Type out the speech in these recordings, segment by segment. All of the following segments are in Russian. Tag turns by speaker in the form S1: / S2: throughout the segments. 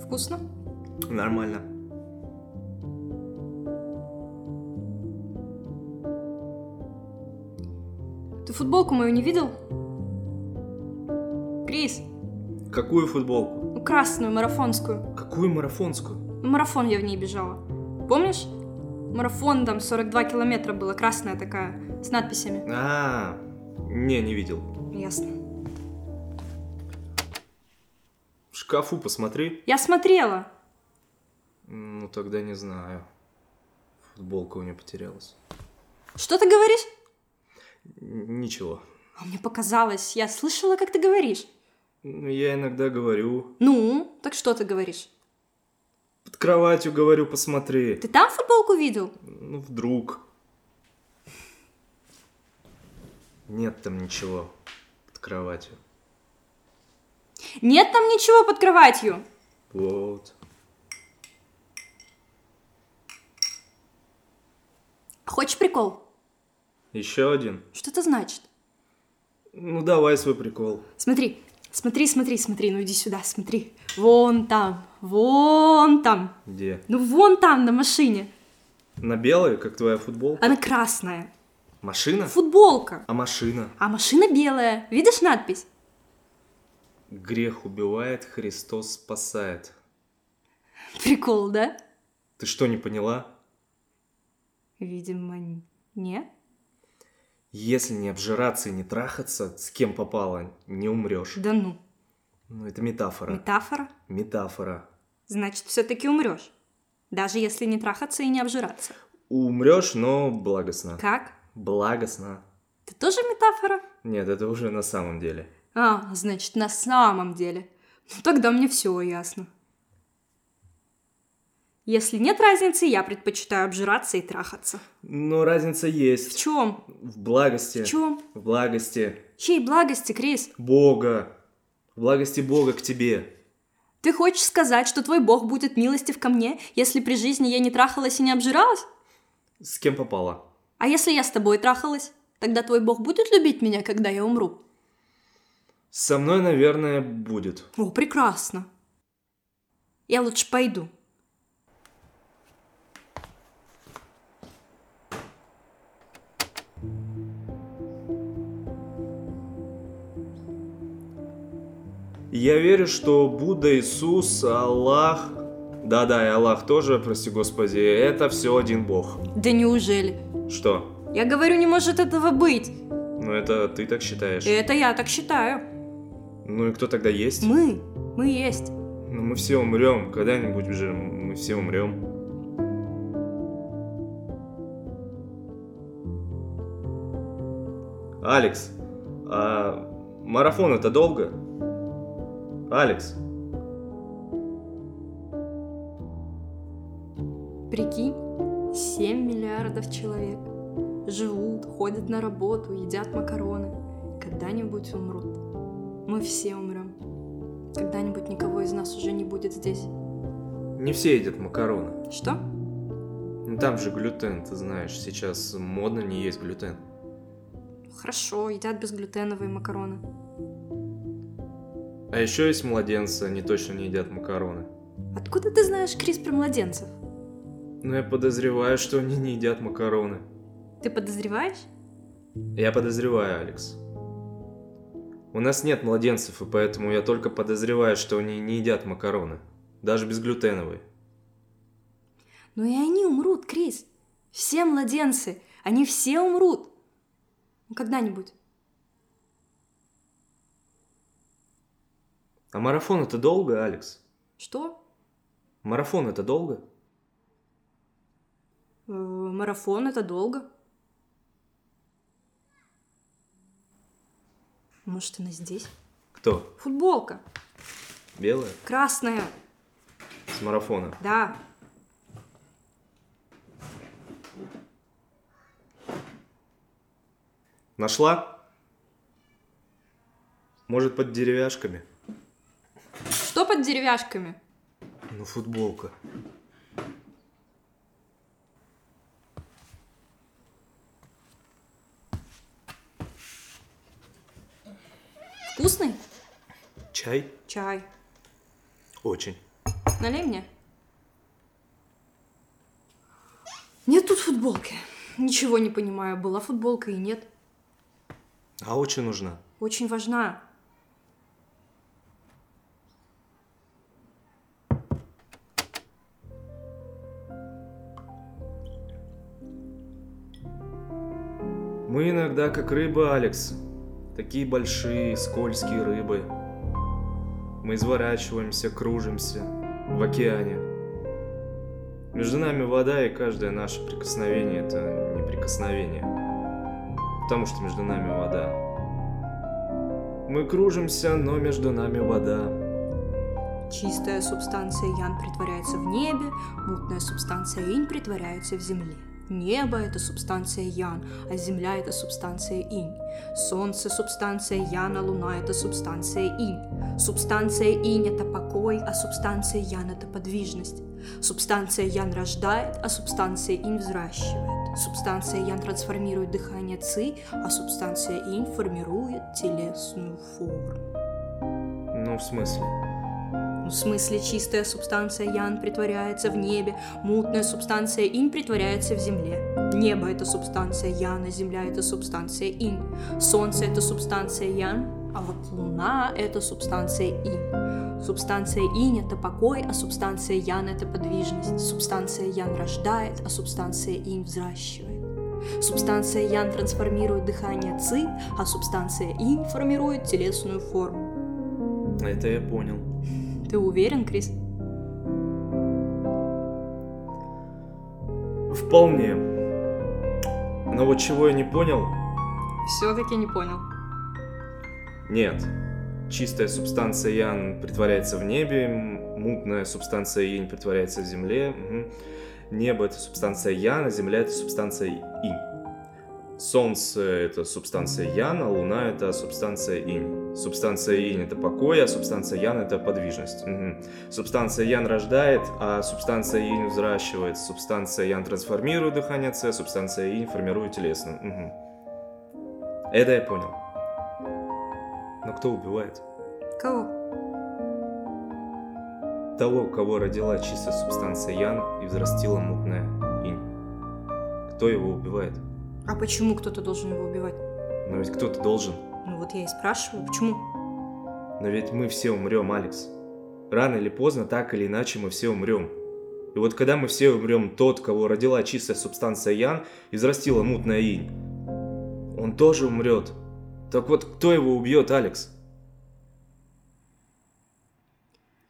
S1: Вкусно?
S2: Нормально.
S1: Ты футболку мою не видел? Крис,
S2: Какую футболку?
S1: ну красную, марафонскую.
S2: Какую марафонскую?
S1: Марафон я в ней бежала. Помнишь? Марафон там 42 километра было, красная такая, с надписями.
S2: А, не, не видел.
S1: Ясно.
S2: В шкафу посмотри.
S1: Я смотрела.
S2: Ну, тогда не знаю. Футболка у меня потерялась.
S1: Что ты говоришь?
S2: Н- Ничего.
S1: А мне показалось, я слышала, как ты говоришь.
S2: Ну, я иногда говорю.
S1: Ну, так что ты говоришь?
S2: Под кроватью говорю, посмотри.
S1: Ты там футболку видел?
S2: Ну, вдруг. Нет там ничего под кроватью.
S1: Нет там ничего под кроватью.
S2: Вот.
S1: Хочешь прикол?
S2: Еще один.
S1: Что это значит?
S2: Ну, давай свой прикол.
S1: Смотри, смотри, смотри, смотри, ну иди сюда, смотри. Вон там, вон там.
S2: Где?
S1: Ну вон там, на машине.
S2: На белой, как твоя футболка?
S1: Она красная.
S2: Машина?
S1: Футболка.
S2: А машина?
S1: А машина белая. Видишь надпись?
S2: Грех убивает, Христос спасает.
S1: Прикол, да?
S2: Ты что, не поняла?
S1: Видимо, н- нет.
S2: Если не обжираться и не трахаться, с кем попало, не умрешь.
S1: Да ну,
S2: Ну, это метафора.
S1: метафора.
S2: Метафора.
S1: Значит, все-таки умрешь. Даже если не трахаться и не обжираться.
S2: Умрешь, но благостно.
S1: Как?
S2: Благостно.
S1: Ты тоже метафора?
S2: Нет, это уже на самом деле.
S1: А, значит, на самом деле. Ну, тогда мне все ясно. Если нет разницы, я предпочитаю обжираться и трахаться.
S2: Но разница
S1: В
S2: есть.
S1: чем?
S2: В благости.
S1: В чем?
S2: В благости
S1: Чьей благости, Крис?
S2: Бога. В благости Бога к тебе.
S1: Ты хочешь сказать, что твой бог будет милостив ко мне, если при жизни я не трахалась и не обжиралась?
S2: С кем попало?
S1: А если я с тобой трахалась? Тогда твой бог будет любить меня, когда я умру?
S2: Со мной, наверное, будет.
S1: О, прекрасно. Я лучше пойду.
S2: Я верю, что Будда, Иисус, Аллах... Да-да, и Аллах тоже, прости господи, это все один бог.
S1: Да неужели?
S2: Что?
S1: Я говорю, не может этого быть.
S2: Ну это ты так считаешь?
S1: И это я так считаю.
S2: Ну и кто тогда есть?
S1: Э, Мы, мы есть.
S2: Ну мы все умрем, когда-нибудь уже мы все умрем. Алекс, а марафон это долго? Алекс,
S1: Прикинь, 7 миллиардов человек живут, ходят на работу, едят макароны. Когда-нибудь умрут. Мы все умрем. Когда-нибудь никого из нас уже не будет здесь.
S2: не все едят макароны.
S1: Что?
S2: Ну там же глютен, ты знаешь, сейчас модно не есть глютен.
S1: Хорошо, едят безглютеновые макароны.
S2: А еще есть младенцы, они точно не едят макароны.
S1: Откуда ты знаешь Крис про младенцев?
S2: Но Ну, я подозреваю, что они не едят макароны.
S1: Ты подозреваешь?
S2: Я подозреваю, Алекс. У нас нет младенцев, и поэтому я только подозреваю, что они не едят макароны. Даже безглютеновые.
S1: Но Ну и они умрут, Крис. Все младенцы, они все умрут. Ну, Когда-нибудь.
S2: А марафон это долго, Алекс?
S1: Что?
S2: Марафон это долго?
S1: Э, Марафон это долго. Может, она здесь?
S2: Кто?
S1: Футболка.
S2: Белая?
S1: Красная.
S2: С марафона.
S1: Да.
S2: Нашла? Может, под деревяшками?
S1: Что под деревяшками?
S2: Ну, футболка.
S1: Вкусный?
S2: Чай?
S1: Чай.
S2: Очень.
S1: Налей мне. Нет тут футболки. Ничего не понимаю, была футболка и нет.
S2: А очень нужна.
S1: Очень важна.
S2: Мы иногда как рыбы, Алекс. Такие большие, скользкие рыбы. Мы изворачиваемся, кружимся в океане. Между нами вода, и каждое наше прикосновение — это не прикосновение. Потому что между нами вода. Мы кружимся, но между нами вода.
S1: Чистая субстанция Ян притворяется в небе, мутная субстанция Инь притворяется в земле. Небо – это субстанция Ян, а земля – это субстанция Инь. Солнце – субстанция Ян, а луна – это субстанция Инь. Субстанция Инь – это покой, а субстанция Ян – это подвижность. Субстанция Ян рождает, а субстанция Инь взращивает. Субстанция Ян трансформирует дыхание Ци, а субстанция Инь формирует телесную форму.
S2: Ну, в смысле?
S1: В смысле, чистая субстанция Ян притворяется в небе, мутная субстанция Инь притворяется в земле. Небо — это субстанция Яна, земля — это субстанция Инь. Солнце — это субстанция Ян, а вот луна — это субстанция Инь. Субстанция Инь — это покой, а субстанция Ян — это подвижность. Субстанция Ян рождает, а субстанция Инь взращивает. Субстанция Ян трансформирует дыхание Ци, а субстанция Инь формирует телесную форму.
S2: А Это я понял.
S1: Ты уверен, Крис?
S2: Вполне. Но вот чего я не понял?
S1: Все-таки не понял.
S2: Нет. Чистая субстанция Ян притворяется в небе, м- мутная субстанция Инь притворяется в земле. мгм. Небо — это субстанция Ян, а земля — это субстанция Инь. Солнце — это субстанция Ян, а Луна — это субстанция Инь. Субстанция Инь — это покой, а субстанция Ян — это подвижность. Мгм. Субстанция Ян рождает, а субстанция Инь взращивает. Субстанция Ян трансформирует дыхание С, субстанция Инь формирует телесную. Мгм. Это я понял. Но кто убивает?
S1: Кого?
S2: того, кого родила чистая субстанция Ян и взрастила мутная Инь. Кто его убивает?
S1: А почему кто-то должен его убивать?
S2: Но ведь кто-то должен.
S1: Ну вот я и спрашиваю, почему?
S2: Но ведь мы все умрем, Алекс. Рано или поздно, так или иначе, мы все умрем. И вот когда мы все умрем, тот, кого родила чистая субстанция Ян и взрастила мутная Инь, он тоже умрет. Так вот, кто его убьет, Алекс?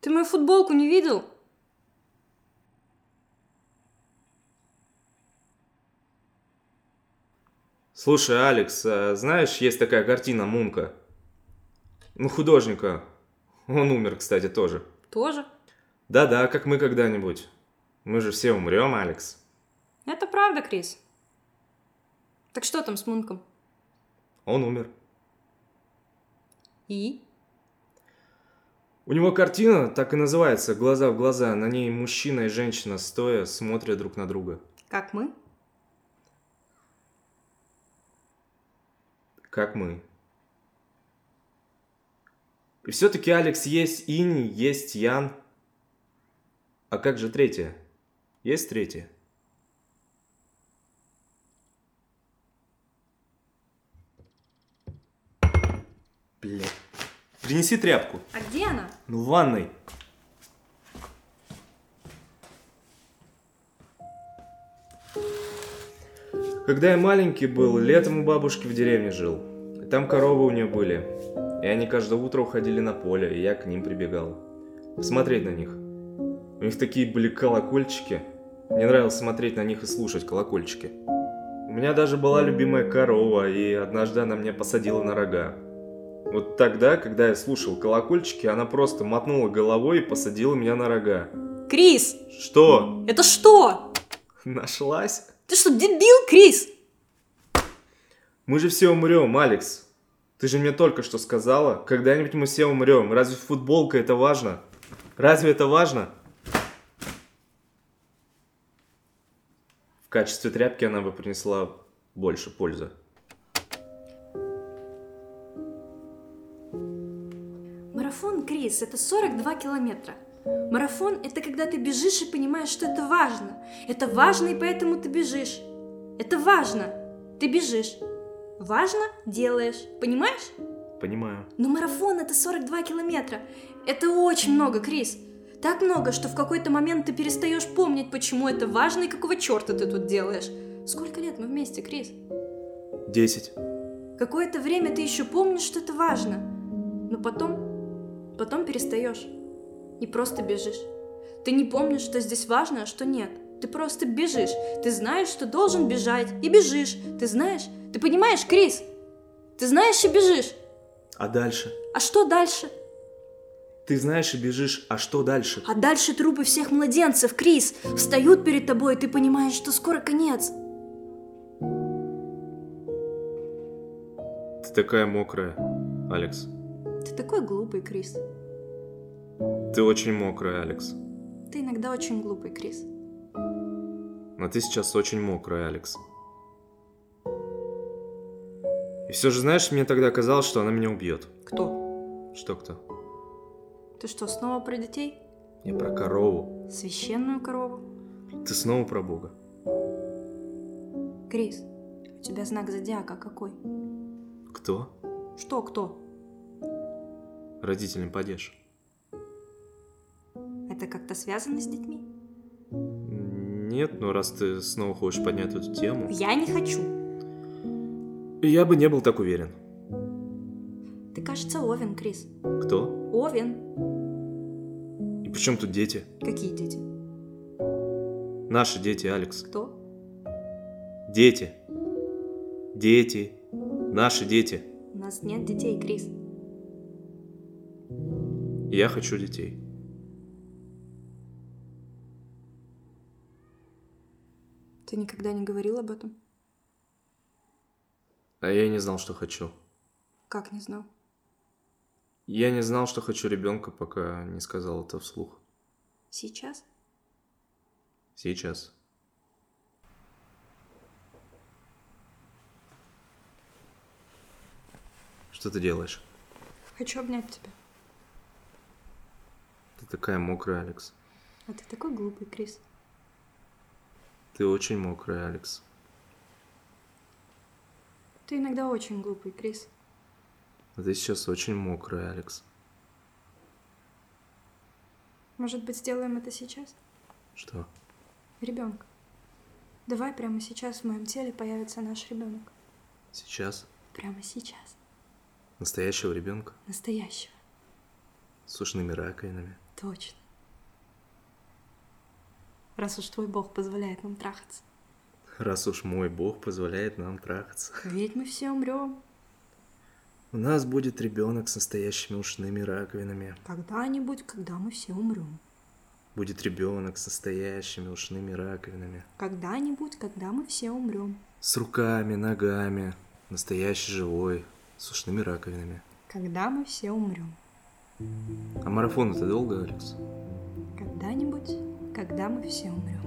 S1: Ты мою футболку не видел?
S2: Слушай, Алекс, а знаешь, есть такая картина Мунка? Ну, художника. Он умер, кстати, тоже.
S1: Тоже.
S2: Да-да, как мы когда-нибудь. Мы же все умрем, Алекс.
S1: Это правда, Крис. Так что там с Мунком?
S2: Он умер.
S1: И?
S2: У него картина так и называется «Глаза в глаза». На ней мужчина и женщина стоя смотрят друг на друга.
S1: Как мы?
S2: Как мы. И все-таки, Алекс, есть Инь, есть Ян. А как же третья? Есть третья? Блядь. Принеси тряпку.
S1: А где она?
S2: Ну, в ванной. Когда я маленький был, летом у бабушки в деревне жил. И там коровы у нее были. И они каждое утро уходили на поле, и я к ним прибегал. Посмотреть на них. У них такие были колокольчики. Мне нравилось смотреть на них и слушать колокольчики. У меня даже была любимая корова, и однажды она меня посадила на рога. Вот тогда, когда я слушал колокольчики, она просто мотнула головой и посадила меня на рога.
S1: Крис!
S2: Что?
S1: Это что?
S2: Нашлась?
S1: Ты что, дебил, Крис?
S2: Мы же все умрем, Алекс. Ты же мне только что сказала, когда-нибудь мы все умрем. Разве футболка это важно? Разве это важно? В качестве тряпки она бы принесла больше пользы.
S1: Марафон, Крис, это 42 километра. Марафон — это когда ты бежишь и понимаешь, что это важно. Это важно, и поэтому ты бежишь. Это важно. Ты бежишь. Важно — делаешь. Понимаешь?
S2: Понимаю.
S1: Но марафон это 42 километра. Это очень много, Крис. Так много, что в какой-то момент ты перестаешь помнить, почему это важно и какого черта ты тут делаешь. Сколько лет мы вместе, Крис?
S2: Десять.
S1: Какое-то время ты еще помнишь, что это важно. Но потом, потом перестаешь. И просто бежишь. Ты не помнишь, что здесь важно, а что нет. Ты просто бежишь. Ты знаешь, что должен бежать. И бежишь. Ты знаешь. Ты понимаешь, Крис? Ты знаешь и бежишь.
S2: А дальше?
S1: А что дальше?
S2: Ты знаешь и бежишь, а что дальше?
S1: А дальше трупы всех младенцев, Крис, встают перед тобой, и ты понимаешь, что скоро конец.
S2: Ты такая мокрая, Алекс.
S1: Ты такой глупый, Крис.
S2: Ты очень мокрая, Алекс.
S1: Ты иногда очень глупый, Крис.
S2: Но ты сейчас очень мокрая, Алекс. И все же, знаешь, мне тогда казалось, что она меня убьет.
S1: Кто?
S2: Что кто?
S1: Ты что, снова про детей?
S2: Я про корову.
S1: Священную корову?
S2: Ты снова про Бога.
S1: Крис, у тебя знак зодиака какой?
S2: Кто?
S1: Что, кто?
S2: Родителям падеж.
S1: Это как-то связано с детьми?
S2: Нет, но раз ты снова хочешь поднять эту тему...
S1: Я не хочу.
S2: Я бы не был так уверен.
S1: Ты, кажется, Овен, Крис.
S2: Кто?
S1: Овен.
S2: И при чем тут дети?
S1: Какие дети?
S2: Наши дети, Алекс.
S1: Кто?
S2: Дети. Дети. Наши дети.
S1: У нас нет детей, Крис.
S2: Я хочу детей.
S1: Ты никогда не говорил об этом?
S2: А я и не знал, что хочу.
S1: Как не знал?
S2: Я не знал, что хочу ребенка, пока не сказал это вслух.
S1: Сейчас?
S2: Сейчас. Что ты делаешь?
S1: Хочу обнять тебя.
S2: Ты такая мокрая, Алекс.
S1: А ты такой глупый, Крис.
S2: Ты очень мокрая, Алекс.
S1: Ты иногда очень глупый, Крис.
S2: А ты сейчас очень мокрая, Алекс.
S1: Может быть, сделаем это сейчас?
S2: Что?
S1: Ребенка. Давай прямо сейчас в моем теле появится наш ребенок.
S2: Сейчас?
S1: Прямо сейчас.
S2: Настоящего ребенка?
S1: Настоящего.
S2: С ушными раковинами?
S1: Точно. Раз уж твой бог позволяет нам трахаться.
S2: Раз уж мой бог позволяет нам трахаться.
S1: Ведь мы все умрем.
S2: У нас будет ребенок с настоящими ушными раковинами.
S1: Когда-нибудь, когда мы все умрем.
S2: Будет ребенок с настоящими ушными раковинами.
S1: Когда-нибудь, когда мы все умрем.
S2: С руками, ногами. Настоящий живой. С ушными раковинами.
S1: Когда мы все умрем.
S2: А марафон это долго, Алекс?
S1: Когда-нибудь, когда мы все умрем.